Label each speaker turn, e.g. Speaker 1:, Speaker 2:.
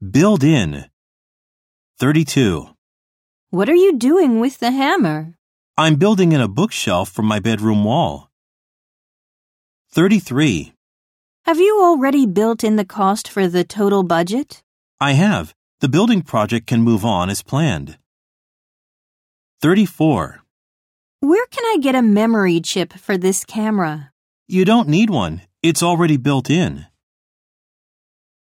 Speaker 1: Build in. 32.
Speaker 2: What are you doing with the hammer?
Speaker 1: I'm building in a bookshelf for my bedroom wall. 33.
Speaker 2: Have you already built in the cost for the total budget?
Speaker 1: I have. The building project can move on as planned. 34.
Speaker 2: Where can I get a memory chip for this camera?
Speaker 1: You don't need one. It's already built in.